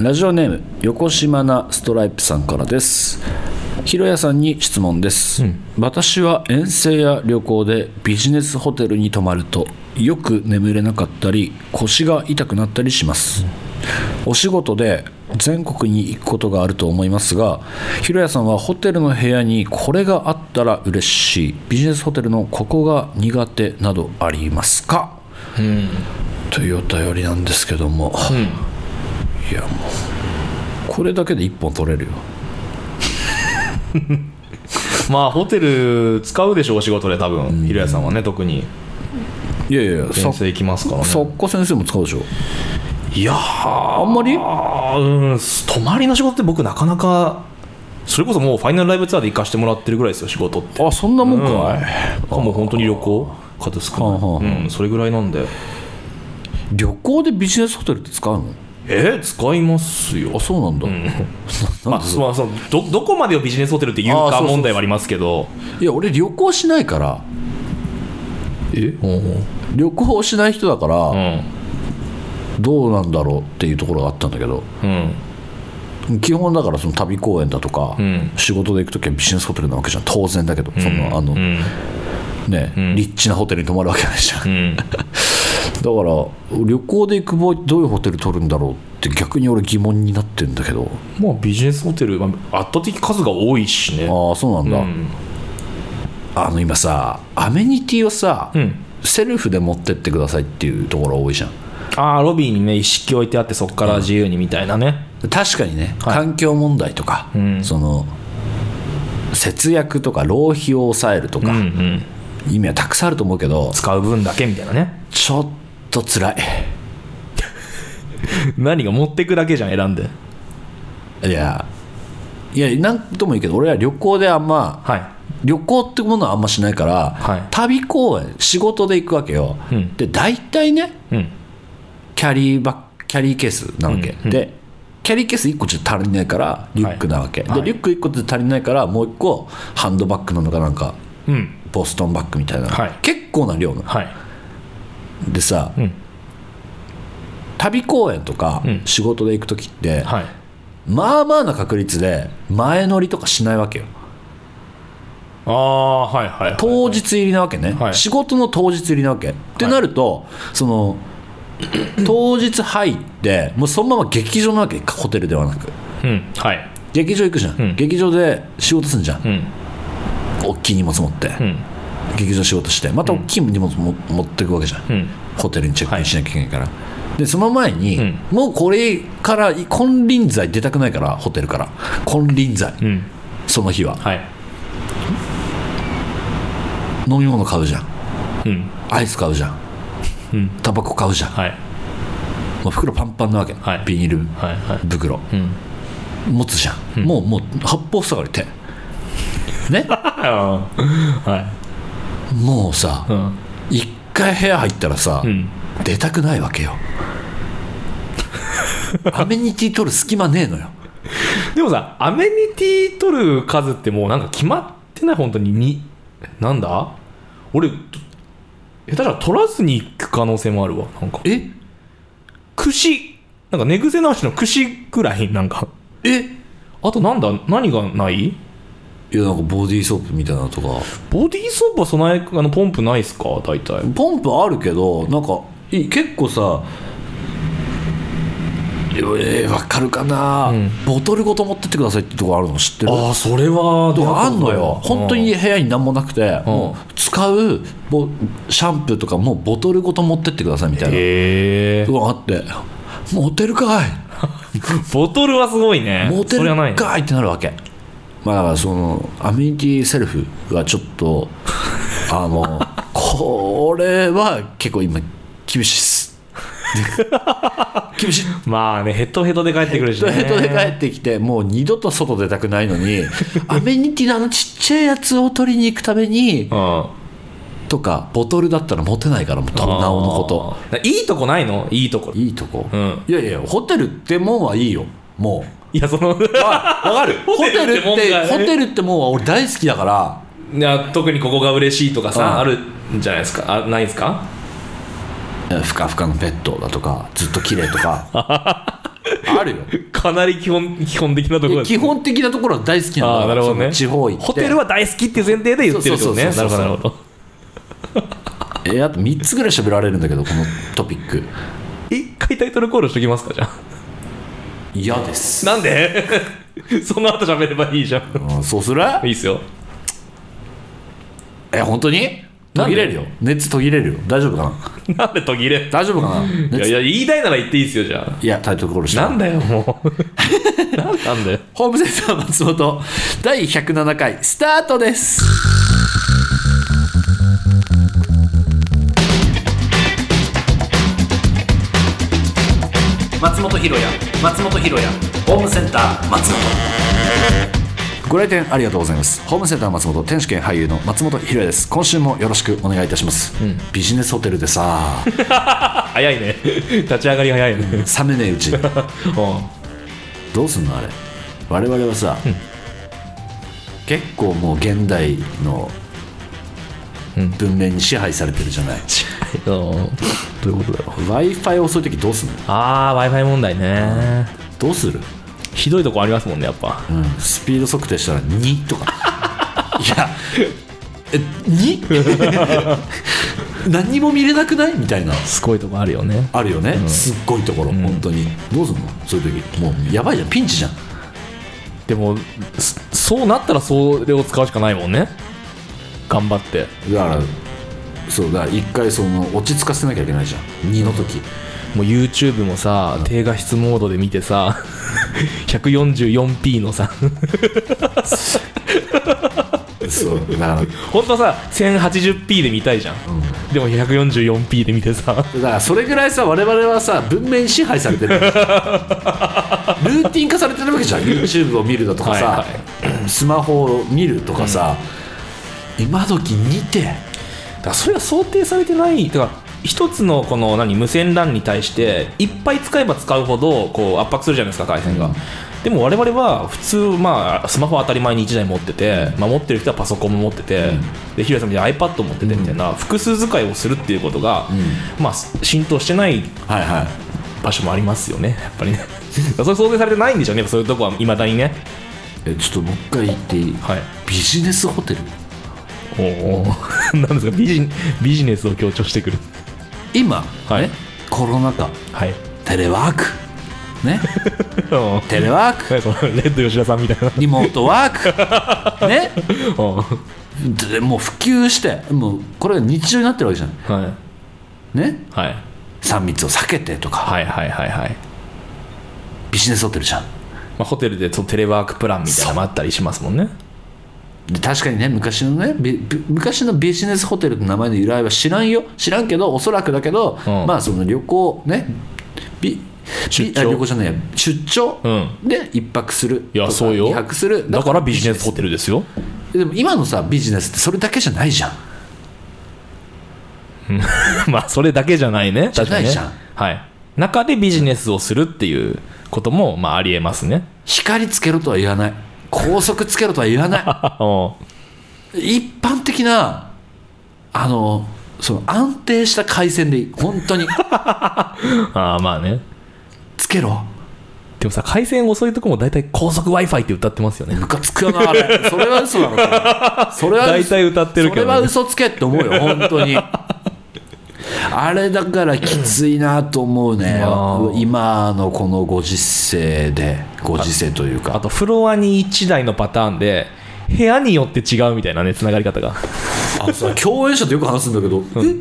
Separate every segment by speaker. Speaker 1: ラジオネーム横島なストライプさんからですひろやさんに質問です、私は遠征や旅行でビジネスホテルに泊まるとよく眠れなかったり腰が痛くなったりします、お仕事で全国に行くことがあると思いますがひろやさんはホテルの部屋にこれがあったら嬉しいビジネスホテルのここが苦手などありますか、というお便りなんですけども、いやもうこれだけで1本取れるよ
Speaker 2: まあホテル使うでしょお仕事で多分ひろやさんはね特に
Speaker 1: いやいや
Speaker 2: 遠
Speaker 1: さ
Speaker 2: 征行きますからね
Speaker 1: 作家先生も使うでしょ
Speaker 2: いやー
Speaker 1: あんまり
Speaker 2: あーうん泊まりの仕事って僕なかなかそれこそもうファイナルライブツアーで行かしてもらってるぐらいですよ仕事って
Speaker 1: あそんなもんかい、
Speaker 2: もう本当に旅行数少
Speaker 1: はあはあ
Speaker 2: ない、うん、それぐらいなんで
Speaker 1: 旅行でビジネスホテルって使うの
Speaker 2: え使いますよ
Speaker 1: あそうなんだ、
Speaker 2: まあ、まあそのどどこまでをビジネスホテルって言う
Speaker 1: あーそう
Speaker 2: か
Speaker 1: そうそう
Speaker 2: 問題はありますけど
Speaker 1: いや俺旅行しないから
Speaker 2: え
Speaker 1: 旅行をしない人だから、
Speaker 2: うん
Speaker 1: どうなんだろうっていうところがあったんだけど
Speaker 2: うん
Speaker 1: 基本だからその旅公演だとか、
Speaker 2: ん
Speaker 1: 仕事で行く時はビジネスホテルなわけじゃん当然だけどそんな、あの、
Speaker 2: うん
Speaker 1: ね、リッチなホテルに泊まるわけないじゃん、
Speaker 2: う ん
Speaker 1: だから旅行で行く場合どういうホテル取るんだろうって逆に俺疑問になってんだけど
Speaker 2: まあビジネスホテル、まあ、圧倒的数が多いしね
Speaker 1: ああそうなんだ、
Speaker 2: うん
Speaker 1: あの今さアメニティをさ、
Speaker 2: うん
Speaker 1: セルフで持ってってくださいっていうところ多いじゃん
Speaker 2: ああロビーにね一式置いてあってそこから自由にみたいなね、
Speaker 1: 確かにね、
Speaker 2: はい
Speaker 1: 環境問題とか、
Speaker 2: ん
Speaker 1: その節約とか浪費を抑えるとか、
Speaker 2: うんうん
Speaker 1: 意味はたくさんあると思うけど
Speaker 2: 使う分だけみたいなね
Speaker 1: ちょっと辛い
Speaker 2: 何が持ってくだけじゃん選んで
Speaker 1: いやいやなんともいいけど俺は旅行であんま
Speaker 2: はい
Speaker 1: 旅行ってものはあんましないから、
Speaker 2: はい
Speaker 1: 旅公演仕事で行くわけよ、
Speaker 2: うん
Speaker 1: で大体ね
Speaker 2: うん
Speaker 1: キャリーバッグキャリーケースなわけ、でキャリーケース1個ちょっと足りないからリュックなわけ、
Speaker 2: はい
Speaker 1: でリュック1個で足りないからもう1個ハンドバッグなのかなんか
Speaker 2: うん
Speaker 1: ボストンバッグみたいな、
Speaker 2: はい
Speaker 1: 結構な量なの
Speaker 2: はい
Speaker 1: でさ、
Speaker 2: ん
Speaker 1: 旅公演とか
Speaker 2: うん
Speaker 1: 仕事で行く時って、
Speaker 2: はい
Speaker 1: まあまあな確率で前乗りとかしないわけよ
Speaker 2: ああはいはい、はい、
Speaker 1: 当日入りなわけね、
Speaker 2: はい
Speaker 1: 仕事の当日入りなわけ、ってなるとその当日入ってもうそのまま劇場なわけホテルではなく
Speaker 2: うんはい
Speaker 1: 劇場行くじゃん、
Speaker 2: ん
Speaker 1: 劇場で仕事すんじゃん、
Speaker 2: うん
Speaker 1: 大きい荷物持って、
Speaker 2: うん
Speaker 1: 劇場仕事してまた大きい荷物も持っていくわけじゃん、
Speaker 2: うん
Speaker 1: ホテルにチェックインしなきゃいけないから、でその前に、
Speaker 2: うん
Speaker 1: もうこれから金輪際出たくないからホテルから金輪際、
Speaker 2: うん
Speaker 1: その日は
Speaker 2: はい
Speaker 1: 飲み物買うじゃん
Speaker 2: うん
Speaker 1: アイス買うじゃん、
Speaker 2: うん
Speaker 1: タバコ買うじゃん、
Speaker 2: はい
Speaker 1: もう袋パンパンなわけ、
Speaker 2: はい
Speaker 1: ビニール
Speaker 2: はいはい
Speaker 1: 袋、
Speaker 2: うん
Speaker 1: 持つじゃん、もうもう八方塞がり手 ね
Speaker 2: ああは
Speaker 1: もうさ、
Speaker 2: いうん
Speaker 1: 一回部屋入ったらさ、
Speaker 2: ん
Speaker 1: 出たくないわ けよアメニティ取る隙間ねえのよ
Speaker 2: でもさアメニティ取る数ってもうなんか決まってない本当にになんだ俺ど下手したら取らずに行く可能性もあるわなんか
Speaker 1: え
Speaker 2: 串なんか寝癖直しの串ぐらいなんか
Speaker 1: え
Speaker 2: あとなんだ何がない
Speaker 1: いやなんかボディーソープみたいなのとか
Speaker 2: ボディーソープは備えあのポンプないっすか大体
Speaker 1: ポンプあるけどなんかい結構さいやえー、わかるかな、
Speaker 2: ん
Speaker 1: ボトルごと持ってってくださいってとこあるの知ってる
Speaker 2: ああそれは
Speaker 1: とかあんのよ本当に部屋に何もなくて、もう使うボシャンプーとかもうボトルごと持ってってくださいみたいな
Speaker 2: へえ
Speaker 1: とこがあってモテるかい
Speaker 2: ボトルはすごいね
Speaker 1: モテ
Speaker 2: それは
Speaker 1: る
Speaker 2: ないね
Speaker 1: かいってなるわけまあだからそのアメニティセルフがちょっと あのこれは結構今厳しいっす 厳しい
Speaker 2: まあねヘトヘトで帰ってくるし
Speaker 1: ヘト
Speaker 2: ね
Speaker 1: ヘトで帰ってきてもう二度と外出たくないのにアメニティのあのちっちゃいやつを取りに行くために
Speaker 2: うん
Speaker 1: とかボトルだったら持てないからもうなおのこ
Speaker 2: あーいいとこないのいいとこと
Speaker 1: いいとこ、
Speaker 2: うん
Speaker 1: いやいやホテルってもんはいいよもう
Speaker 2: いやその わかる
Speaker 1: ホテルってホテルって
Speaker 2: ホテ
Speaker 1: もんは俺大好きだから
Speaker 2: ルいや特にここが嬉しいとか
Speaker 1: うん
Speaker 2: さあるんじゃないですかあないですか
Speaker 1: えーふかふかのベッドだとかずっと綺麗とかあるよ
Speaker 2: 考かなり基本基本的なところ
Speaker 1: で
Speaker 2: ですね
Speaker 1: 基本的なところは大好きなん
Speaker 2: あ
Speaker 1: だ
Speaker 2: あなるほど
Speaker 1: そ
Speaker 2: ね
Speaker 1: の地方行って
Speaker 2: ホテルは大好きっていう前提で言ってるってことね
Speaker 1: そうそう
Speaker 2: なる
Speaker 1: そ
Speaker 2: ほ
Speaker 1: うそう
Speaker 2: どなるほど
Speaker 1: えーあと3つぐらい喋られるんだけどこのトピック
Speaker 2: 一回タイトルコールしときますかじゃ あ
Speaker 1: 嫌です
Speaker 2: なんで その後喋ればいいじゃん
Speaker 1: うんそうする
Speaker 2: いいっすよ
Speaker 1: え本当に
Speaker 2: な
Speaker 1: 途
Speaker 2: ん
Speaker 1: 切
Speaker 2: で
Speaker 1: れるよ熱途切れるよ大丈夫かな
Speaker 2: なんで途切れ
Speaker 1: 大丈夫かない
Speaker 2: や
Speaker 1: 熱
Speaker 2: いや言いたいなら言っていいっすよじゃあ
Speaker 1: いやタイトルコールした
Speaker 2: なんだよもうなんなんだよ
Speaker 1: ホームセンター 松本第107回スタートです松本ひろや松本ひろやホームセンター松本ご来店ありがとうございますホームセンター松本天使兼俳優の松本ひろやです今週もよろしくお願いいたします、ビジネスホテルで さ
Speaker 2: 早いね立ち上がりが早いね
Speaker 1: 冷めねえうち
Speaker 2: う
Speaker 1: どうすんのあれ我々はさ、結構もう現代の
Speaker 2: うん
Speaker 1: 文明に支配されてるじ ゃない、
Speaker 2: んどういうことだろう
Speaker 1: w i f i 遅い時どうすんの
Speaker 2: ああ w i f i 問題ね
Speaker 1: どうする、
Speaker 2: ひどいとこありますもんねやっぱ
Speaker 1: うん、スピード測定したら2と かいやえ 2? 何も見れなくないみたいな
Speaker 2: すごいとこあるよね
Speaker 1: あるよね、すっごいところ、本当にどうすんのそういう時もうやばいじゃんピンチじゃん
Speaker 2: でもそそうなったらそれを使うしかないもんね頑張って
Speaker 1: だからそうだから一回その落ち着かせなきゃいけないじゃん2の時、
Speaker 2: もう YouTube もさ低画質モードで見てさ 144p のさ
Speaker 1: そうだから
Speaker 2: 本当はさ 1080p で見たいじゃん、でも 144p で見てさ
Speaker 1: だからそれぐらいさ我々はさ文明に支配されて るルーティン化されてるわけじゃん YouTube を見るだとかさ、
Speaker 2: は
Speaker 1: スマホを見るとかさ、今時にて
Speaker 2: だからそれが想定されてないだから一つのこの何無線 LAN に対していっぱい使えば使うほどこう圧迫するじゃないですか回線が、
Speaker 1: うん
Speaker 2: でも我々は普通、まあ、スマホは当たり前に1台持ってて、まあ、持ってる人はパソコンも持ってて、でひろやさんみたいに iPad 持っててみたいな、複数使いをするっていうことが、まあ、浸透してない
Speaker 1: はいはい
Speaker 2: 場所もありますよねやっぱり ねだからそれ想定されてないんでしょうねそういうとこはいまだにね
Speaker 1: えちょっともう一回言っていい
Speaker 2: はい
Speaker 1: ビジネスホテル
Speaker 2: おお なんですかビジビジネスを強調してくる
Speaker 1: 今、
Speaker 2: はい
Speaker 1: ねコロナ禍
Speaker 2: はい
Speaker 1: テレワークね
Speaker 2: うん
Speaker 1: テレワーク
Speaker 2: ねそのレッド吉田さんみたいな。
Speaker 1: リモートワークね
Speaker 2: は
Speaker 1: でもう普及してもうこれが日常になってるわけじゃん
Speaker 2: い。
Speaker 1: ね
Speaker 2: はい。
Speaker 1: 3密を避けてとか
Speaker 2: はいはいはいはい。
Speaker 1: ビジネスホテルじゃん
Speaker 2: まあ、ホテルでそのテレワークプランみたいなのもあったりしますもんね。
Speaker 1: で確かにね昔のねビビ昔のビジネスホテルの名前の由来は知らんよ知らんけどおそらくだけど、
Speaker 2: うん
Speaker 1: まあその旅行ねビ
Speaker 2: 出張
Speaker 1: ビあ旅行じゃないや出張
Speaker 2: う
Speaker 1: で一泊する
Speaker 2: いや
Speaker 1: とか
Speaker 2: そうよ
Speaker 1: 二泊する
Speaker 2: だからビジネスホテルですよ。
Speaker 1: ルでも今のさビジネスってそれだけじゃないじゃん
Speaker 2: まあ、それだけじゃないね。
Speaker 1: じゃ
Speaker 2: 確
Speaker 1: な
Speaker 2: か
Speaker 1: い
Speaker 2: にね。
Speaker 1: じゃん
Speaker 2: はい。中でビジネスをするっていうことも、まあ、ありえますね。
Speaker 1: 光つけろとは言わない高速つけろとは言わな
Speaker 2: あお
Speaker 1: い 一般的なあのその安定した回線でいい本当に
Speaker 2: あー、まあね。
Speaker 1: つけ ろ
Speaker 2: でもさ、回線遅いとこも大体高速 Wi-Fi って歌ってますよね。
Speaker 1: ムカつくよなあれそれは嘘だろそれは嘘
Speaker 2: 大体歌ってるけど、ね。
Speaker 1: それは嘘つけって思う よ本当にあれだからきついなと思うね
Speaker 2: あー
Speaker 1: 今のこのご時世でご時世という
Speaker 2: あ
Speaker 1: か
Speaker 2: とフロアに1台のパターンで部屋によって違うみたいなねつながり方が
Speaker 1: あそう共演者とよく話すんだけど、え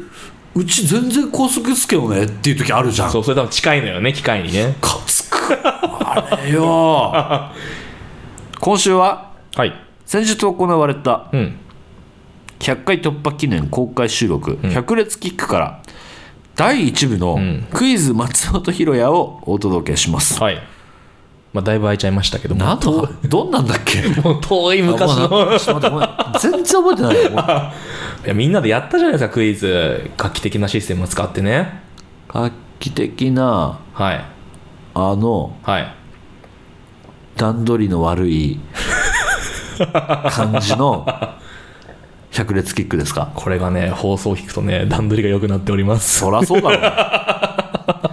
Speaker 1: うち全然高速つけよねっていう時あるじゃん
Speaker 2: そうそれ多分近いのよね機械にね
Speaker 1: かつくあれよ 今週は
Speaker 2: はい
Speaker 1: 先日行われた
Speaker 2: うん
Speaker 1: 100回突破記念公開収録「百列キック」から第1部の
Speaker 2: ん
Speaker 1: クイズ松本ひろやをお届けします、
Speaker 2: はいまあだいぶ空いちゃいましたけども
Speaker 1: なんとどんなんだっ け
Speaker 2: もう遠い昔
Speaker 1: あもう
Speaker 2: の
Speaker 1: なちょっと待ってごめん全然覚えてないよもう
Speaker 2: いやみんなでやったじゃないですかクイズ画期的なシステムを使ってね
Speaker 1: 画期的な
Speaker 2: はい
Speaker 1: あの
Speaker 2: はい
Speaker 1: 段取りの悪い感じの百列キックですか
Speaker 2: これがね放送を聞くとね段取りが良くなっております
Speaker 1: そらそうだろ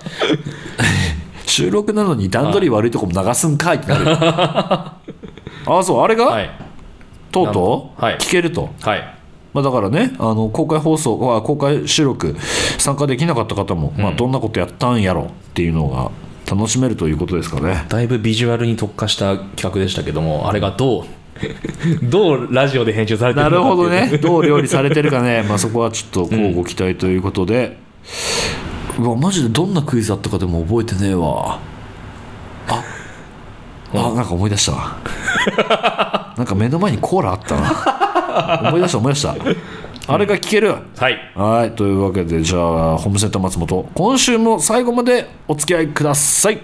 Speaker 1: う し収録なのに段取り悪いとこも流すんかいって なるよああそうあれが、
Speaker 2: はい
Speaker 1: とうとう、
Speaker 2: はい
Speaker 1: 聞けると、
Speaker 2: はい
Speaker 1: まあ、だからねあの公開放送あ公開収録参加できなかった方も、まあ、どんなことやったんやろっていうのが楽しめるということですかね
Speaker 2: だいぶビジュアルに特化した企画でしたけどもあれがどう どうラジオで編集されて
Speaker 1: なる
Speaker 2: るのか
Speaker 1: ほ
Speaker 2: ってい
Speaker 1: ど
Speaker 2: う
Speaker 1: ね どう料理されてるかね、 まあ、そこはちょっと乞うご期待ということで、うわマジでどんなクイズあったかでも覚えてねえわああなんか思い出したわなんか目の前にコーラあったな思い出した思い出したあれが聞ける、
Speaker 2: はい
Speaker 1: はいというわけでじゃあホームセンター松本今週も最後までお付き合いください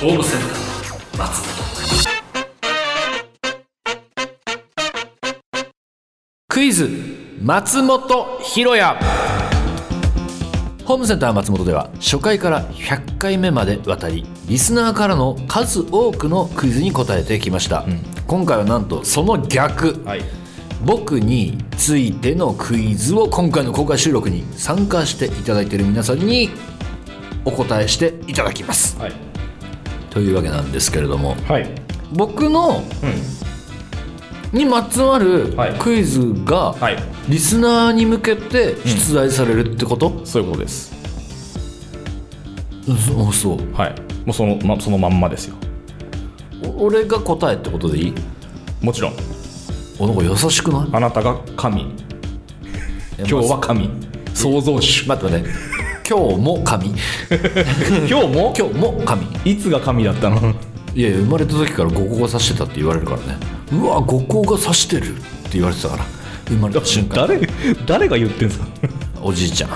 Speaker 2: ホームセン
Speaker 1: クイズ松本ひろやホームセンター松本では初回から100回目まで渡りリスナーからの数多くのクイズに答えてきました、今回はなんとその逆、
Speaker 2: はい
Speaker 1: 僕についてのクイズを今回の公開収録に参加していただいている皆さんにお答えしていただきます
Speaker 2: はい
Speaker 1: というわけなんですけれども
Speaker 2: はい
Speaker 1: 僕の
Speaker 2: うん
Speaker 1: にまつわる
Speaker 2: はい
Speaker 1: クイズが
Speaker 2: はい
Speaker 1: リスナーに向けて出題されるってこと、
Speaker 2: そういうことです
Speaker 1: そうそう
Speaker 2: はいもうその,、ま、そのまんまですよ
Speaker 1: お俺が答えってことでいい
Speaker 2: もちろん
Speaker 1: おなんか優しくない
Speaker 2: あなたが神今日は神創造主
Speaker 1: 待って待って今日も神
Speaker 2: 今日も
Speaker 1: 今日も神
Speaker 2: いつが神だったの
Speaker 1: いやいや生まれた時から五行が指してたって言われるからねうわ五行が指してるって言われてたから生まれた瞬間
Speaker 2: 誰誰が言ってん すか
Speaker 1: おじいちゃん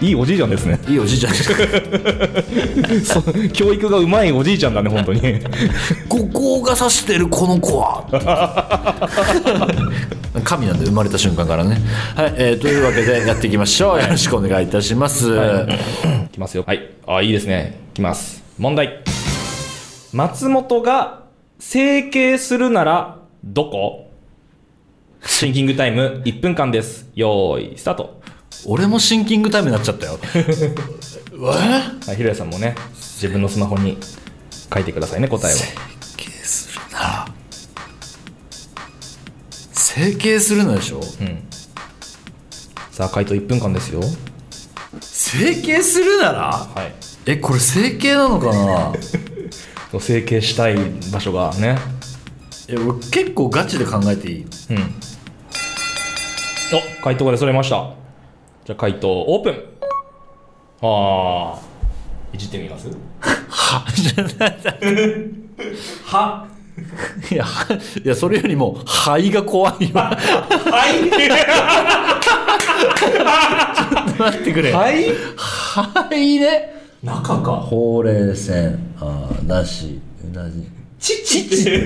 Speaker 2: いいおじいちゃんですね
Speaker 1: いいおじいちゃん
Speaker 2: そ教育がうまいおじいちゃんだね本当 に
Speaker 1: 五行が指してるこの子 は神なんで生まれた瞬間からねはい、えーというわけでやっていきましょうよろしくお願いいたします、
Speaker 2: いきますよはいあいいですねいきます問題松本が整形するならどこシンキングタイム1分間ですよーいスタート
Speaker 1: 俺もシンキングタイムになっちゃったよえ
Speaker 2: はい、ひろやさんもね、自分のスマホに書いてくださいね、答えを。
Speaker 1: 整形するなら整形するなでしょ
Speaker 2: さあ、回答1分間ですよ。
Speaker 1: 整形するなら
Speaker 2: はい。
Speaker 1: えこれ整形なのかな
Speaker 2: 整形したい場所がね。
Speaker 1: え俺結構ガチで考えていい
Speaker 2: うん。お回答が出それました。じゃあ、回答オープン。あー、いじってみます
Speaker 1: はじゃない
Speaker 2: はい
Speaker 1: やいやそれよりも肺が怖いよ
Speaker 2: はい
Speaker 1: 待ってくれ
Speaker 2: はい
Speaker 1: 肺ね
Speaker 2: 中か。
Speaker 1: ほうれい線あーなしうなじ
Speaker 2: ちちち。
Speaker 1: 乳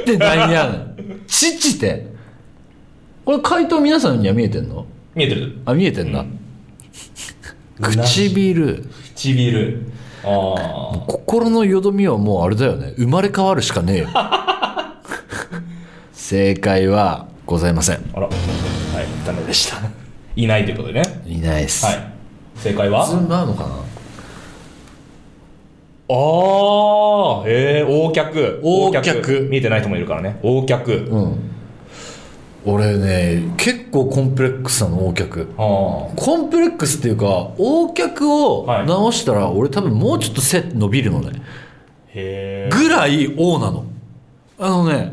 Speaker 1: って何やねん乳ってこれ回答皆さんには見えてんの
Speaker 2: 見えてる。
Speaker 1: あ見えてんだ、唇
Speaker 2: 唇。あー。
Speaker 1: 心のよどみはもうあれだよね生まれ変わるしか ねえよ正解はございません
Speaker 2: あら。はい、ダメでした。いないということでね。
Speaker 1: いないです、
Speaker 2: はい。正解は
Speaker 1: ズーム合うのかな
Speaker 2: ああ、えー、横脚。
Speaker 1: 横脚
Speaker 2: 見えてない人もいるからね。横脚。
Speaker 1: うん俺ね結構コンプレックスなの横脚
Speaker 2: あー
Speaker 1: コンプレックスっていうか横脚を
Speaker 2: はい
Speaker 1: 直したら、俺多分もうちょっと背伸びるのね
Speaker 2: へえ。
Speaker 1: ぐらい王なのあのね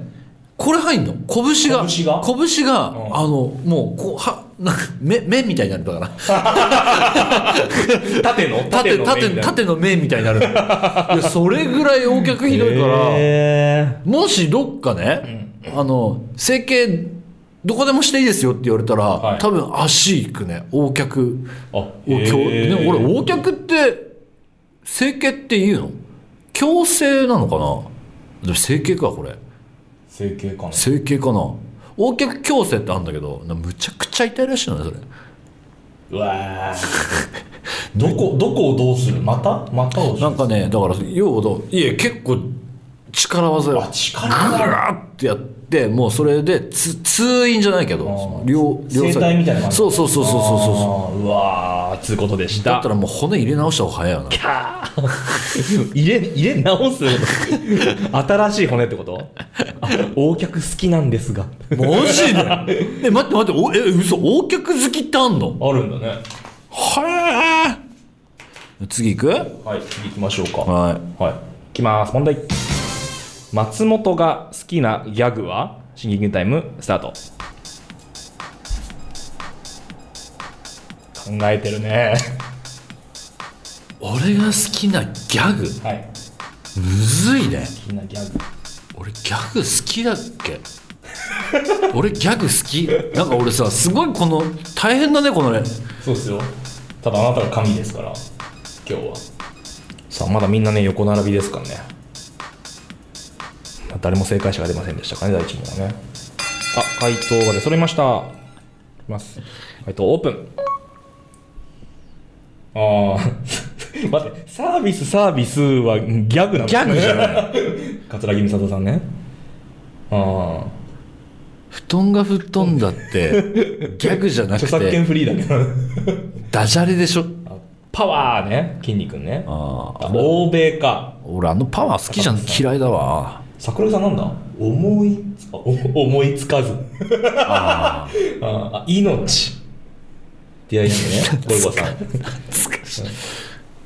Speaker 1: これ入んの拳が
Speaker 2: 拳が
Speaker 1: 拳が
Speaker 2: ん
Speaker 1: あのもうこうはなんか目目みたいになるだから
Speaker 2: 縦の
Speaker 1: 縦
Speaker 2: の
Speaker 1: 縦縦の目みたいになるのいやそれぐらい横脚ひどいから、
Speaker 2: へ
Speaker 1: もしどっかね、あの整形どこでもしていいですよって言われたら、
Speaker 2: はい
Speaker 1: 多分足いくね横脚
Speaker 2: ーあ、
Speaker 1: を強、
Speaker 2: へー
Speaker 1: ね、俺横脚って整形って言うの強制なのかなでも整形かこれ
Speaker 2: 整形かな。
Speaker 1: 整形かな横脚矯正ってあるんだけどなむちゃくちゃ痛いらしいのねそれ
Speaker 2: うわーどこ、どこをどうするまたまたをす
Speaker 1: な
Speaker 2: る
Speaker 1: んかねだから要はどういや結構力技よ
Speaker 2: あ力
Speaker 1: グ
Speaker 2: 技
Speaker 1: ワーってやってもうそれでつ通院じゃないけどその両両
Speaker 2: 整体みたいな感じ
Speaker 1: そうそうそうそうそうそうそう
Speaker 2: ううわーつうことでし
Speaker 1: だったたらもう骨入れ直した方が早い よな
Speaker 2: あー入れ入れ直す新しい骨ってことあ 大脚好きなんですが
Speaker 1: マジでえ待って待っておえ嘘大脚好きってあんの
Speaker 2: あるんだね
Speaker 1: はえ次行く
Speaker 2: はい次行きましょうか
Speaker 1: はい
Speaker 2: はい。いきます。問題。松本が好きなギャグはシンキングタイムスタート。考えてるね。
Speaker 1: 俺が好きなギャグ
Speaker 2: はい。
Speaker 1: むずいね
Speaker 2: 好きなギャグ。
Speaker 1: 俺ギャグ好きだっ け俺ギャグ好きなんか俺さすごいこの大変だねこのね
Speaker 2: そうですよ。ただあなたが神ですから、今日は。さあ、まだみんなね、横並びですからね。誰も正解者が出ませんでしたからね、第一問はね。あ、回答が出揃いました。いきます。回答オープン。ああ、待って、サービ ス、サービスはギャグなの
Speaker 1: ギャグじゃない
Speaker 2: い。 桂木美里さんね。ああ、
Speaker 1: 布団が吹っ飛んだ ってギャグじゃなく
Speaker 2: 著作権
Speaker 1: て
Speaker 2: フリーだけど。
Speaker 1: ダジャレでしょ
Speaker 2: あパワーね、筋肉ね。
Speaker 1: ああ
Speaker 2: 欧米か。
Speaker 1: 俺あのパワー好きじゃん嫌いだわ
Speaker 2: 桜井さんなんだ思いつあお思いつかず
Speaker 1: あー
Speaker 2: ああ命出会いなんでねゴリゴさん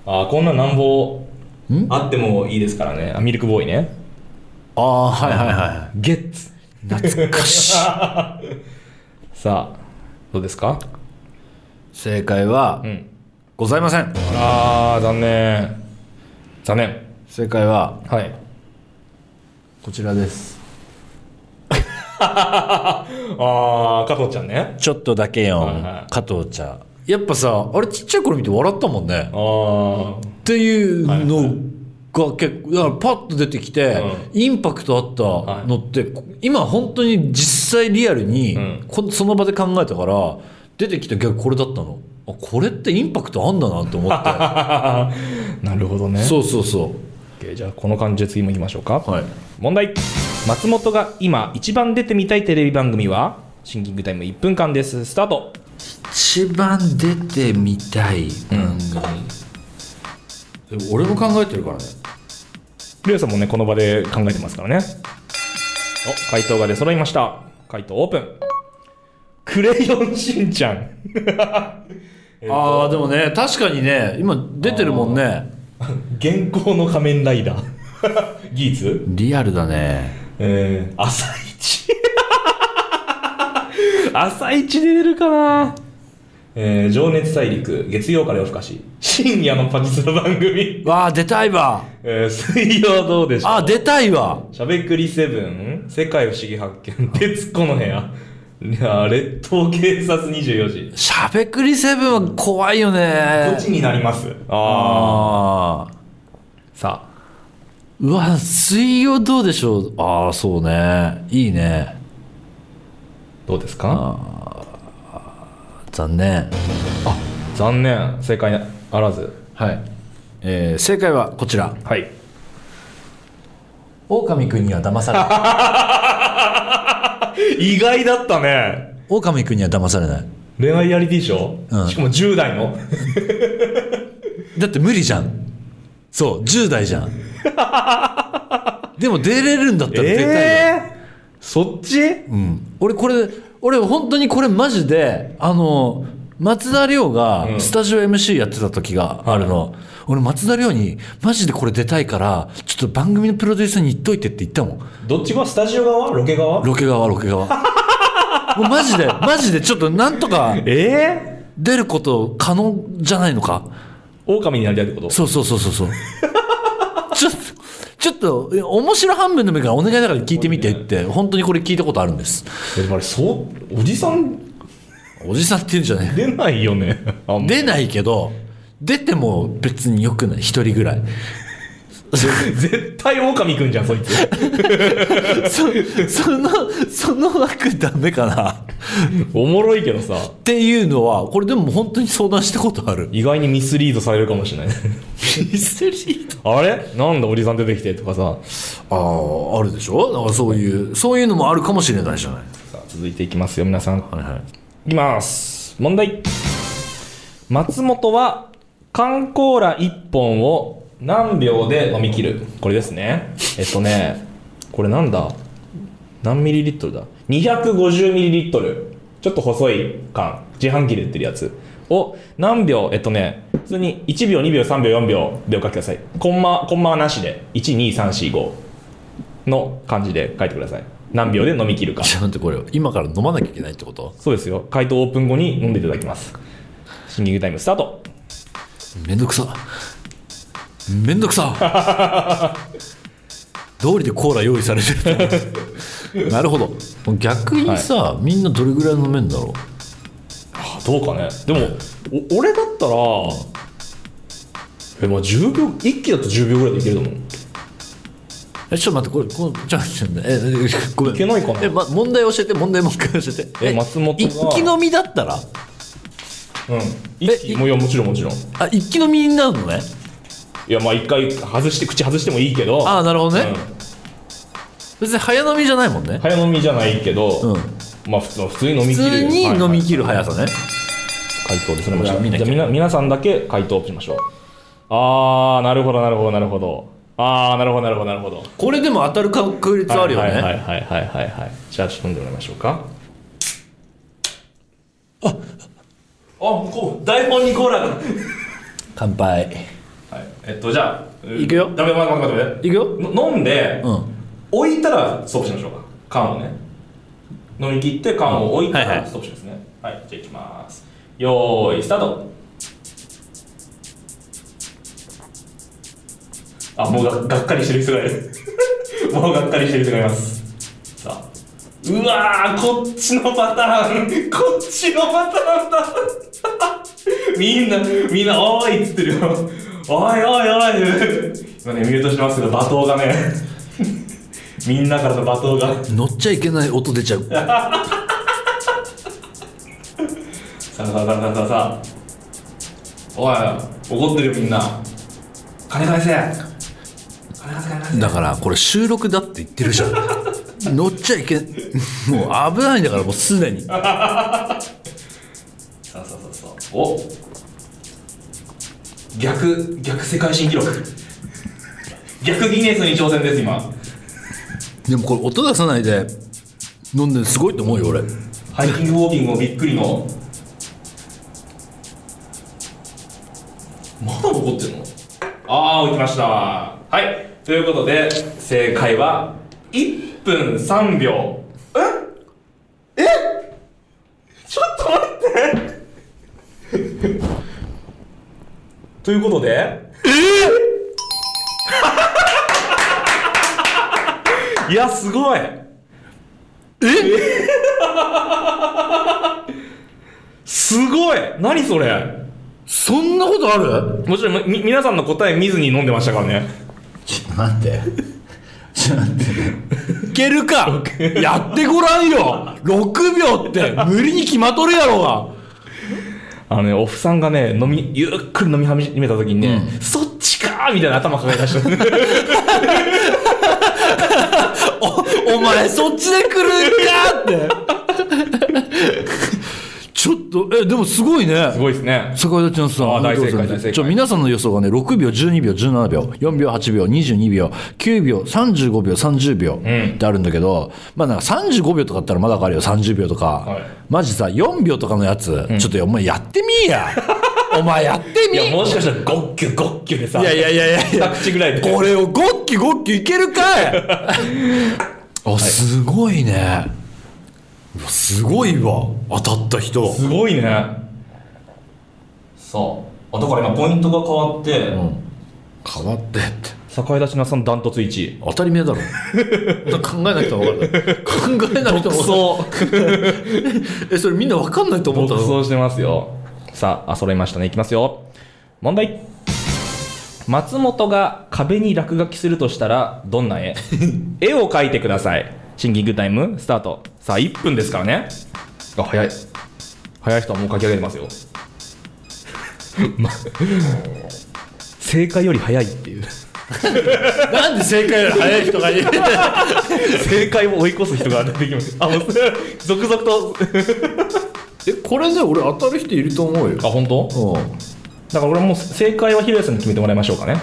Speaker 2: あこんなんなんぼあってもいいですからねあミルクボーイね
Speaker 1: あーはいはいは
Speaker 2: ゲッツ
Speaker 1: い懐かしい
Speaker 2: さあどうですか
Speaker 1: 正解は、
Speaker 2: ん
Speaker 1: ございません
Speaker 2: あー残念残念
Speaker 1: 正解は
Speaker 2: はい
Speaker 1: こちらです
Speaker 2: ああ加藤ちゃんね
Speaker 1: ちょっとだけよ、
Speaker 2: はいはい
Speaker 1: 加藤茶やっぱさあれちっちゃい頃見て笑ったもんね
Speaker 2: あー
Speaker 1: っていうのが結構だからパッと出てきて、インパクトあったのって、今本当に実際リアルに、
Speaker 2: ん
Speaker 1: こその場で考えたから出てきた逆これだったのあこれってインパクトあんだなって思っ
Speaker 2: なるほどね
Speaker 1: てそうそうそ
Speaker 2: OK じゃあこの感じで次もいきましょうか
Speaker 1: うはい
Speaker 2: 問題松本が今一番出てみたいテレビ番組はシンキングタイム1分間ですスタート
Speaker 1: 一番出てみたい番組、でも俺も考えてるからね
Speaker 2: りょうさんもねこの場で考えてますからねお回答が出揃いました回答オープンクレヨンしんちゃん
Speaker 1: ああでもね確かにね今出てるもんね
Speaker 2: 現行の仮面ライダー ギーツ
Speaker 1: リアルだね
Speaker 2: えー、朝一 朝一で出るかなえー、情熱大陸月曜から夜更かし深夜のパチスロ番組
Speaker 1: わあ出たいわ
Speaker 2: えー、水曜どうでしょ
Speaker 1: あ
Speaker 2: う
Speaker 1: ー出たいわ
Speaker 2: しゃべくりセブン世界不思議発見徹子の部屋いやー列島警察24時
Speaker 1: しゃべくりセブンは怖いよ
Speaker 2: こ
Speaker 1: ね
Speaker 2: っちになりますああ
Speaker 1: ああ
Speaker 2: さあ
Speaker 1: うわ水曜どうでしょうああそうねいいね
Speaker 2: どうですか
Speaker 1: 残念
Speaker 2: 残念正解あらず
Speaker 1: はい、えー、正解はこちら
Speaker 2: はい
Speaker 1: 狼くんには騙され ない
Speaker 2: 意外だったね
Speaker 1: 狼くんには騙されない
Speaker 2: 恋愛リアリティショー、
Speaker 1: うん
Speaker 2: しかも10代の
Speaker 1: だって無理じゃんそう10代じゃんでも出れるんだったら出たいよ、
Speaker 2: そっち
Speaker 1: うん、俺これ俺本当にこれマジであの松田亮がスタジオ MC やってた時があるの、俺松田亮にマジでこれ出たいからちょっと番組のプロデューサーに言っといてって言ったもん
Speaker 2: どっち側スタジオ側ロケ側
Speaker 1: ロケ側ロケ側もうマジでマジでちょっとなんとか
Speaker 2: ええ
Speaker 1: 出ること可能じゃないのか
Speaker 2: 狼になりたいってこと
Speaker 1: そうそうそうそう そうちょっとちょっとえ面白半分でもいいからお願いだから聞いてみてって本当にこれ聞いたことあるんです
Speaker 2: えでもあれそうおじさん
Speaker 1: おじさんって言うんじゃない
Speaker 2: 出ないよ ねあんま
Speaker 1: 出ないけど出ても別によくない一人ぐらい
Speaker 2: 絶対狼くんじゃんそいつ
Speaker 1: そそのその枠ダメかなっ
Speaker 2: おもろいけどさ
Speaker 1: ていうのはこれでも本当に相談したことある
Speaker 2: 意外にミスリードされるかもしれない
Speaker 1: ミステリー
Speaker 2: あれなんだおじさん出てきてとかさ
Speaker 1: あああるでしょだからそういうそういうのもあるかもしれないじゃない
Speaker 2: さあ続いていきますよ皆さん
Speaker 1: はいはい
Speaker 2: いきます問題松本は缶コーラ1本を何秒で飲み切るこれですねえっとねこれなんだ何ミリリットルだ250ミリリットルちょっと細い缶自販機で売ってるやつを何秒えっとね普通に1秒2秒3秒4秒でお書きくださいコンマコンマはなしで12345の感じで書いてください何秒で飲み切るか
Speaker 1: ちょっと待ってこれ今から飲まなきゃいけないってこと
Speaker 2: そうですよ。回答オープン後に飲んでいただきます。シンキングタイムスタート。
Speaker 1: めんどくさめんどくさ 道理でコーラ用意されてるなるほど逆にさ、みんなどれぐらい飲めんだろ
Speaker 2: あどうかね。でも、お俺だったら、え、まあ10秒、一気だと10秒ぐらいでいけると思う。
Speaker 1: うえちょっと待ってこれこのちょっと待ってええ ごめん
Speaker 2: いけないかな
Speaker 1: え、ま、問題教えて問題もう一回教えて
Speaker 2: え松本が
Speaker 1: 一気飲みだったら
Speaker 2: うん。一気
Speaker 1: い
Speaker 2: もういや、もちろんもちろん。い
Speaker 1: あ一気飲みになるのね
Speaker 2: や、まあ一回外して、口外してもいいけど、
Speaker 1: ああなるほどね、
Speaker 2: うん
Speaker 1: 別に早飲みじゃないもんね、
Speaker 2: 早飲みじゃないけど、まあ普通普通に飲み
Speaker 1: 普
Speaker 2: 切る。
Speaker 1: 通に
Speaker 2: はい
Speaker 1: 飲み切る速さね、
Speaker 2: 回答でそれまし
Speaker 1: じゃ
Speaker 2: た
Speaker 1: あ見なき
Speaker 2: じ
Speaker 1: ゃ
Speaker 2: ゃあみな皆さんだけ回答しましょうあーなるほどなるほどなるほどあーなるほどなるほどなるほど
Speaker 1: これでも当たる確率あるよね、
Speaker 2: はいはいはいはいはい、はい、じゃあちょっと飲んでもらいましょうかああ向こう台本にコーラが
Speaker 1: 乾杯
Speaker 2: はいえっとじゃあ
Speaker 1: いくよ
Speaker 2: ダメ待って待って待って
Speaker 1: いくよ
Speaker 2: の飲んで、
Speaker 1: うん
Speaker 2: 置いたらストップしましょうか缶をね飲み切って缶を置いた
Speaker 1: はいは
Speaker 2: ら
Speaker 1: い
Speaker 2: ストップしますねはい、じゃあいきますよーいスタートあもうががっかりしてる人がいる もうがっかりしてる人がいますさあうわーこっちのパターン こっちのパターンだ みんなみんな「おーい」っつってるよ「おいおいおい」今ねミュートしてますけど罵倒がねみんなからの罵倒が
Speaker 1: 乗っちゃいけない音出ちゃう
Speaker 2: さあさあさあさあさあおい怒ってるよみんな金返せ金返せ金返せ
Speaker 1: だからこれ収録だって言ってるじゃん乗っちゃいけんもう危ないんだからもうすでに
Speaker 2: さあさあさあさあお逆逆世界新記録逆ギネスに挑戦です今
Speaker 1: でもこれ音出さないで飲んでるのすごいと思うよ俺
Speaker 2: ハイキングウォーキングもびっくりのまだ残ってんのああ置きましたはいということで正解は1分3秒ええちょっと待ってということでえいやすごいすごい何それ
Speaker 1: そんなことある
Speaker 2: もちろんみ皆さんの答え見ずに飲んでましたからね
Speaker 1: ちょっと待ってちょっと待っていけるかやってごらんよ6秒って無理に決まっとるやろうが
Speaker 2: あのねおふさんがね飲みゆっくり飲み始めた時にね、そっちかーみたいな頭抱え出した
Speaker 1: お前そっちで来るんかって ちょっとえでもすごい
Speaker 2: す
Speaker 1: ね
Speaker 2: ごいですね
Speaker 1: 坂井田ちゃんさん
Speaker 2: あー大正
Speaker 1: あり
Speaker 2: 解
Speaker 1: がとうございま
Speaker 2: 大
Speaker 1: す
Speaker 2: 正解
Speaker 1: ちょ皆さんの予想がね6秒12秒17秒4秒8秒22秒9秒35秒30秒ってあるんだけど、まあなんか35秒とかだったらまだわかるよ30秒とか、
Speaker 2: い
Speaker 1: マジさ4秒とかのやつ、ちょっとお前やってみー やお前やって
Speaker 2: い
Speaker 1: み
Speaker 2: や
Speaker 1: ー
Speaker 2: もしかしたらゴッキュゴッキュでさ
Speaker 1: いやいやいやいやいや
Speaker 2: 二口ぐらいで
Speaker 1: これをゴッキゴッキいけるか いあすごいねうわすごいわ当たった人
Speaker 2: すごいねそうあだから今ポイントが変わって、
Speaker 1: 変わってって
Speaker 2: 坂井田品さんダントツ1位
Speaker 1: 当たり前 だろだ考えなくても分かる考えなくても分かる
Speaker 2: そう
Speaker 1: えそれみんな分かんないと思った
Speaker 2: 独
Speaker 1: の
Speaker 2: 走してますよさあ揃いましたねいきますよ問題松本が壁に落書きするとしたらどんな 絵絵を描いてくださいシンキングタイムスタートさあ1分ですからねあ早い早い人はもう書き上げてます よま正解より早いっていう
Speaker 1: なんで正解より早い人がいる
Speaker 2: 正解を追い越す人が出てきますあもう続々と
Speaker 1: えこれね俺当たる人いると思うよ
Speaker 2: あ本当
Speaker 1: うん
Speaker 2: だから俺もう正解はひろやさんに決めてもらいましょうかね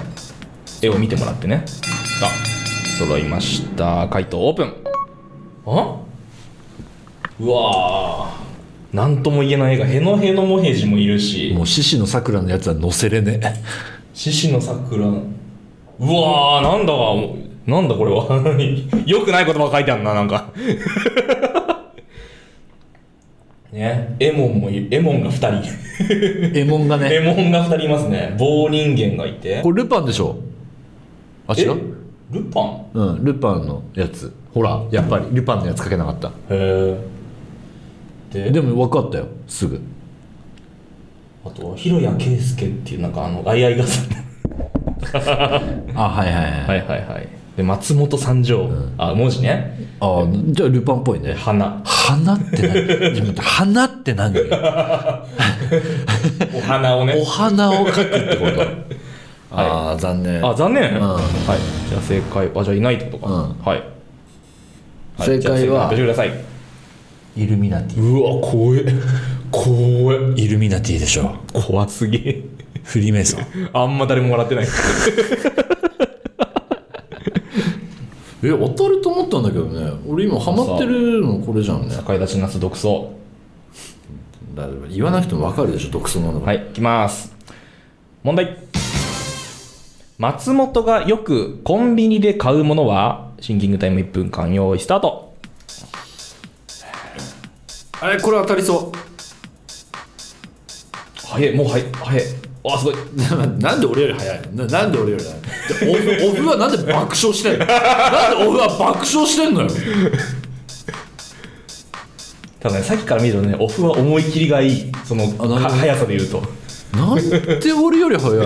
Speaker 2: 絵を見てもらってねあ揃いました回答オープンあうわーなんとも言えない絵がへのへのもへじもいるし
Speaker 1: もう獅子のさくらのやつは載せれね え
Speaker 2: 獅子の桜うわーなんだかもうなんだこれは よくない言葉が書いてあるななんか ねエモンもいエモンが2人
Speaker 1: エモンが
Speaker 2: エ
Speaker 1: ね
Speaker 2: モンが2人いますね棒人間がいて
Speaker 1: これルパンでしょあ違う
Speaker 2: えルパン
Speaker 1: うんルパンのやつほらやっぱりルパンのやつ書けなかった
Speaker 2: へえで
Speaker 1: でも分かったよすぐ
Speaker 2: あとは広谷圭介っていうなんかあのあいあい傘
Speaker 1: あはいはいはい、
Speaker 2: はいはいはいで松本三条、あ文字ね
Speaker 1: あじゃあルパンっぽい ね
Speaker 2: 花
Speaker 1: 花って何 自分花って何
Speaker 2: お花を
Speaker 1: お
Speaker 2: ね
Speaker 1: 花を描くって ことああ残念
Speaker 2: あ残念、
Speaker 1: ん
Speaker 2: はいじゃあ正解あじゃあいないってことか、
Speaker 1: うん
Speaker 2: はいはい
Speaker 1: 正解は
Speaker 2: じゃあ正解発表してください
Speaker 1: イルミナティ
Speaker 2: うわ怖え怖え
Speaker 1: イルミナティでしょ
Speaker 2: 怖すぎえ
Speaker 1: フリーメイソン
Speaker 2: あんま誰も笑 ってない
Speaker 1: え当たると思ったんだけどね俺今ハマってるのこれじゃんね
Speaker 2: 高い立ちなす独走
Speaker 1: だから言わなくても分かるでしょ独創なの
Speaker 2: はい、いきます。問題。松本がよくコンビニで買うものは、シンキングタイム1分間用意スタート。
Speaker 1: あれこれ当たりそ
Speaker 2: 早い、もう早い、早い。わあ、すごい。
Speaker 1: う なんで俺より早いななんで俺より早いでオフオフはなんで爆笑してんのなんでオフは爆笑してんのよ
Speaker 2: ただね、さっきから見るとね、オフは思い切りがいい。その、
Speaker 1: あなるほど
Speaker 2: か速さで言うと。
Speaker 1: なんで俺より早いの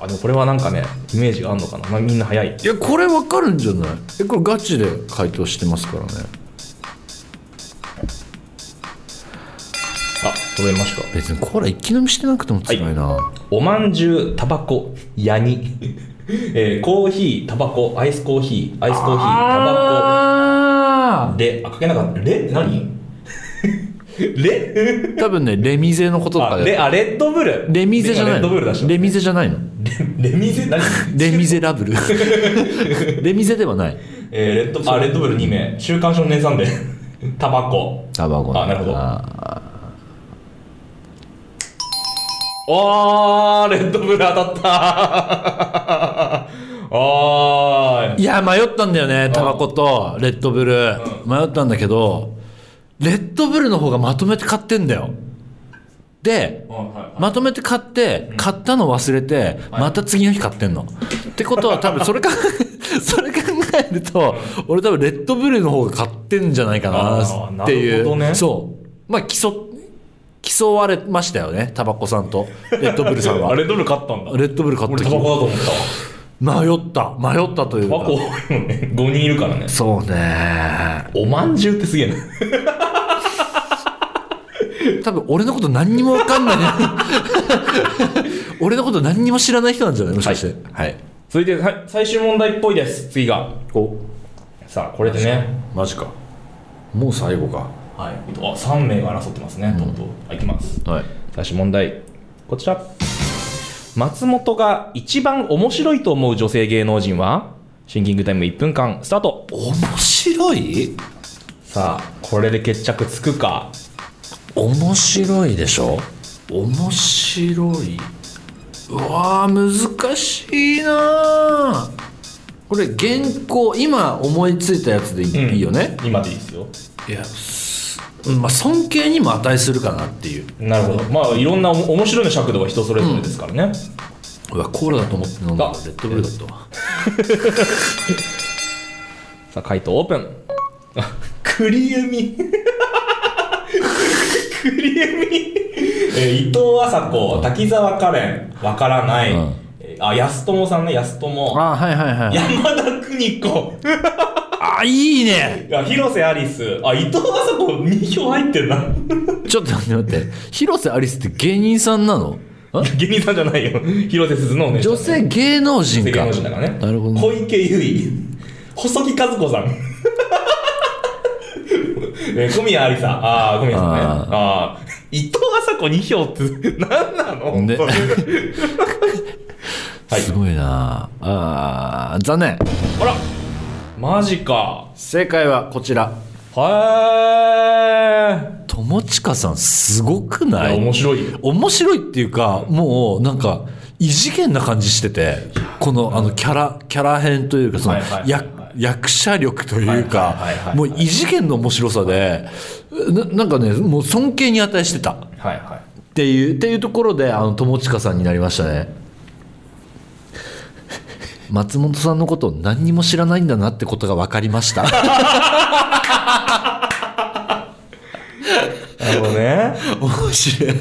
Speaker 2: あ、でもこれはなんかね、イメージがあるのかな。まあ、みんな早い。
Speaker 1: いやこれ分かるんじゃないえこれガチで回答してますからね
Speaker 2: あ、揃えました。
Speaker 1: 別にこれ一気飲みしてなくても辛いな、
Speaker 2: おまんじゅう、タバコ、ヤニ。 えーコーヒー、タバコ、アイスコーヒー、アイスコーヒー、タバコ。
Speaker 1: あ
Speaker 2: レ、あ、書けなかった。レって何 レ
Speaker 1: ー多分ねレミゼのことと
Speaker 2: あ
Speaker 1: か
Speaker 2: レ
Speaker 1: で
Speaker 2: あ、レッドブル。
Speaker 1: レミゼじゃな
Speaker 2: レ
Speaker 1: い
Speaker 2: ッドブルだし
Speaker 1: の。レミゼじゃないの
Speaker 2: レレミゼ何
Speaker 1: レミゼラブ ルレミゼではない
Speaker 2: えー、レッドあ、レッドブル2名。週刊少年サンデー。 タバコ。
Speaker 1: タバコの
Speaker 2: あなるほど
Speaker 1: あ
Speaker 2: あー、レッドブル当たった あー
Speaker 1: ーいや迷ったんだよねタバコとレッドブル、迷ったんだけどレッドブルの方がまとめて買ってんだよで
Speaker 2: あはい
Speaker 1: まとめて買って買ったの忘れてまた次の日買ってんの、ってことは多分それか それ考えると俺多分レッドブルの方が買ってんじゃないか
Speaker 2: あー
Speaker 1: なってい
Speaker 2: なる
Speaker 1: う
Speaker 2: ほどね
Speaker 1: そうまあ競競われましたよねタバコさんとレッドブルさんは
Speaker 2: あ
Speaker 1: レ
Speaker 2: レッドブル買ったんだ。
Speaker 1: ッドブル買っ
Speaker 2: 俺
Speaker 1: た
Speaker 2: タ
Speaker 1: 時
Speaker 2: バコだと思ったわ。
Speaker 1: 迷った迷ったという
Speaker 2: タバ
Speaker 1: か
Speaker 2: コ多いもんね。5人いるからね。
Speaker 1: そうね
Speaker 2: おまんじゅうってすげえな。
Speaker 1: 多分俺のこと何にも分か んない俺のこと何にも知らない人なんじゃないもしかしてはい、
Speaker 2: 続いて、はい最終問題っぽいです。次が。
Speaker 1: お
Speaker 2: さあ、これでね。
Speaker 1: マジかもう最後か
Speaker 2: はい、あ3名が争ってますね、トップをあいきます
Speaker 1: はい
Speaker 2: 最初問題こちら松本が一番面白いと思う女性芸能人はシンキングタイム1分間スタート
Speaker 1: 面白い
Speaker 2: さあこれで決着つくか
Speaker 1: 面白いでしょ面白いうわー難しいなーこれ原稿今思いついたやつでいい,、
Speaker 2: うん
Speaker 1: よね
Speaker 2: 今でいいですよ
Speaker 1: いやすまあ尊敬にも値するかなっていう
Speaker 2: なるほどまあいろんなおも面白いの尺度は人それぞれですからね、
Speaker 1: うわコーラだと思って飲んだ
Speaker 2: あ
Speaker 1: レッドブルだったわ
Speaker 2: さあ回答オープ ン あ栗弓栗弓えー伊藤麻子、滝沢カレン、わからない、
Speaker 1: うん
Speaker 2: えーあ、安友さんね、安友、
Speaker 1: あはいはいはい
Speaker 2: 山田邦子、
Speaker 1: あいいね
Speaker 2: いや広瀬アリス、あ、伊藤麻子、2票入ってるな。
Speaker 1: ちょっと待って待って広瀬アリスって芸人さんなのん
Speaker 2: 芸人さんじゃないよ。広瀬すずのお姉ちゃん
Speaker 1: 女性芸能人
Speaker 2: 女性芸
Speaker 1: か
Speaker 2: 能人だからね。
Speaker 1: なるほどね
Speaker 2: 小池百合、細木和子さん。 えー小宮ありさ、ああ、小宮さんね。
Speaker 1: あ
Speaker 2: ああー、伊藤麻子2票って何なの、
Speaker 1: ね
Speaker 2: はい
Speaker 1: すごいなあー残念
Speaker 2: あらマジか。
Speaker 1: 正解はこちら
Speaker 2: は
Speaker 1: 友近さんすごくない
Speaker 2: え。面白いよ。
Speaker 1: 面白いっていうかもうなんか異次元な感じしててこのあのキャラキャラ編というかその
Speaker 2: はいはいはい
Speaker 1: 役役者力というか
Speaker 2: はいはいはいはい
Speaker 1: もう異次元の面白さでななんかねもう尊敬に値してたっ
Speaker 2: はいは
Speaker 1: ていうっていうところであの友近さんになりましたね 松本さんのことを何にも知らないんだなってことが分かりました
Speaker 2: い。なるほ どね。
Speaker 1: 面白い、は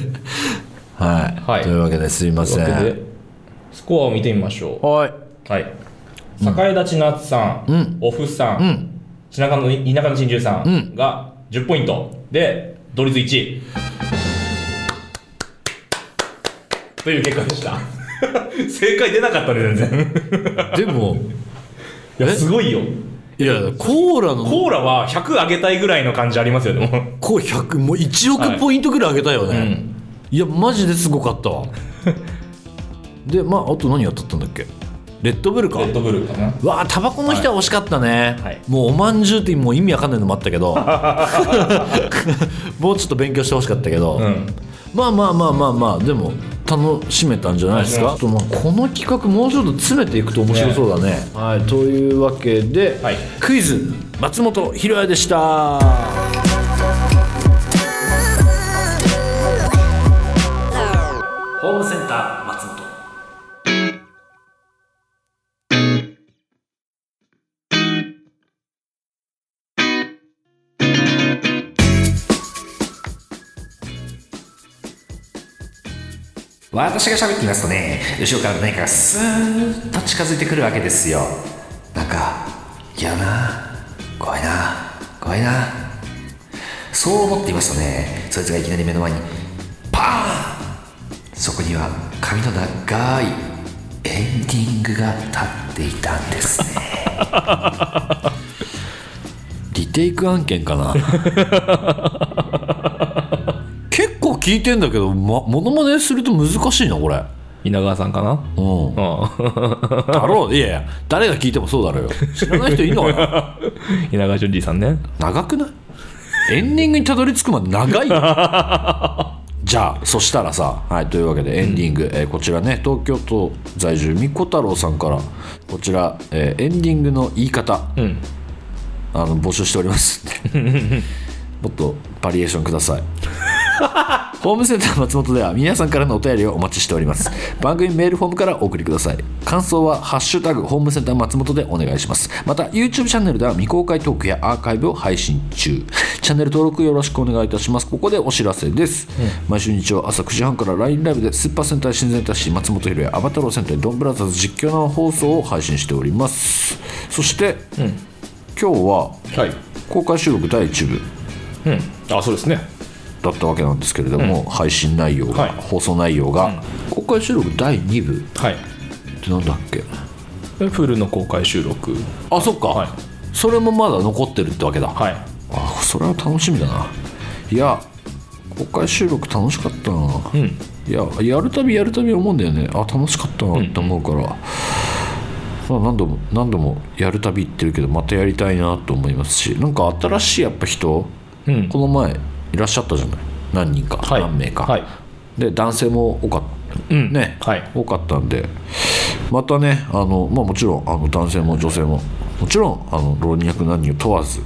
Speaker 1: い、
Speaker 2: はい
Speaker 1: というわけですいま
Speaker 2: とい
Speaker 1: せ
Speaker 2: うわけ
Speaker 1: ん
Speaker 2: で、スコアを見てみましょう。
Speaker 1: はい
Speaker 2: はい。栄立ちなつさん、おふさん、品川の田舎の珍獣さんが10ポイントで、同率1位。という結果でした。 正解出なかったね、全然。
Speaker 1: でも
Speaker 2: いや、
Speaker 1: え
Speaker 2: すごいよ。
Speaker 1: いやコーラの
Speaker 2: コーラは100上げたいぐらいの感じありますよ、でも。
Speaker 1: こう100もう1
Speaker 2: はい
Speaker 1: 億ポイントぐらい上げたよね、
Speaker 2: う
Speaker 1: い
Speaker 2: ん
Speaker 1: やマジですごかった わでまああと何やっとったんだっけレッドブルか
Speaker 2: レッドブルーかな。
Speaker 1: わあタバコの人は惜しかったね、
Speaker 2: はい
Speaker 1: もうおまんじゅうってもう意味わかんないのもあったけ どもうちょっと勉強してほしかったけど、
Speaker 2: うん。
Speaker 1: まあまあまあまあまあでも楽しめたんじゃないですか、
Speaker 2: 楽
Speaker 1: とまあこの企画もうちょっと詰めていくと面白そうだねはい、というわけで、
Speaker 2: はい
Speaker 1: クイズ松本ひろやでしたホームセンター松本
Speaker 3: 私が喋ってますとね後ろから何かがスーッと近づいてくるわけですよなんか嫌だな怖いな怖いなそう思っていますとねそいつがいきなり目の前にパーンそこには髪の長いエンディングが立っていたんですね
Speaker 1: リテイク案件か な結構聞いてんだけど、ま、モノマネすると難しいなこれ
Speaker 2: 稲川さんかな
Speaker 1: うん
Speaker 2: うん。
Speaker 1: だろういやいや誰が聞いてもそうだろうよ知らない人いんのかな
Speaker 2: 稲川淳二さんね。
Speaker 1: 長くないエンディングにたどり着くまで長いよじゃあそしたらさ、はい、というわけでエンディング、えーこちらね東京都在住みこ太郎さんからこちら、えーエンディングの言い方、
Speaker 2: うん。
Speaker 1: あの募集しており ますんでもっとバリエーションくださいホームセンター松本では皆さんからのお便りをお待ちしております番組メールフォームからお送りください感想は「ハッシュタグホームセンター松本」でお願いしますまた YouTube チャンネルでは未公開トークやアーカイブを配信中チャンネル登録よろしくお願いいたしますここでお知らせです、毎週日曜朝9時半から LINE ライブでスーパー戦隊新戦隊士松本ひろやアバタロー戦隊ドンブラザーズ実況の放送を配信しておりますそして、今日は
Speaker 2: はい。
Speaker 1: 公開収録第1部
Speaker 2: うん。あ、そうですね。
Speaker 1: だったわけなんですけれども、配信内容が、
Speaker 2: はい
Speaker 1: 放送内容が、公開収録第2部っ
Speaker 2: はい。
Speaker 1: てなんだっけ
Speaker 2: でフルの公開収録。
Speaker 1: あそっか、
Speaker 2: はい
Speaker 1: それもまだ残ってるってわけだ、
Speaker 2: はい。
Speaker 1: あそれは楽しみだないや公開収録楽しかったな、
Speaker 2: ん
Speaker 1: いややるたびやるたび思うんだよねあ楽しかったなって思うから、まあ、何度も何度もやるたび言ってるけどまたやりたいなと思いますしなんか新しいやっぱ人、
Speaker 2: うん
Speaker 1: この前いらっしゃったじゃない何人か、
Speaker 2: はい
Speaker 1: 何名か、
Speaker 2: はい
Speaker 1: で男性も多かった、
Speaker 2: うん
Speaker 1: ね、
Speaker 2: はい
Speaker 1: 多かったんでまたねあの、まあ、もちろんあの男性も女性ももちろんあの老若男女問わず、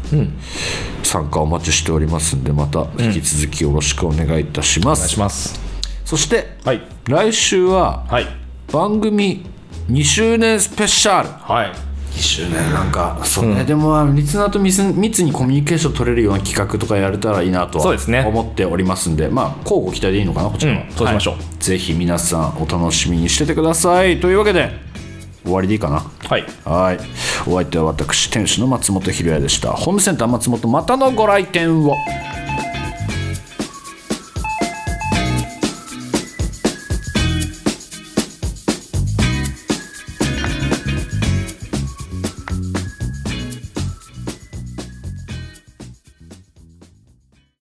Speaker 1: 参加お待ちしておりますんでまた引き続きよろしくお願いいたしま
Speaker 2: お願い
Speaker 1: す、
Speaker 2: します。
Speaker 1: そして
Speaker 2: はい。
Speaker 1: 来週は
Speaker 2: はい。
Speaker 1: 番組2周年スペシャル
Speaker 2: はい。
Speaker 1: 周年なんかそうね、でもまあリスナーと密密にコミュニケーション取れるような企画とかやれたらいいなとは
Speaker 2: そうですね
Speaker 1: 思っておりますんでまあ交互期待でいいのかなこち
Speaker 2: う
Speaker 1: らは、
Speaker 2: んそうしましょう
Speaker 1: ぜひ皆さんお楽しみにしててくださいというわけで終わりでいいかな
Speaker 2: はい
Speaker 1: はいお相手は私店主の松本ひろやでしたホームセンター松本またのご来店を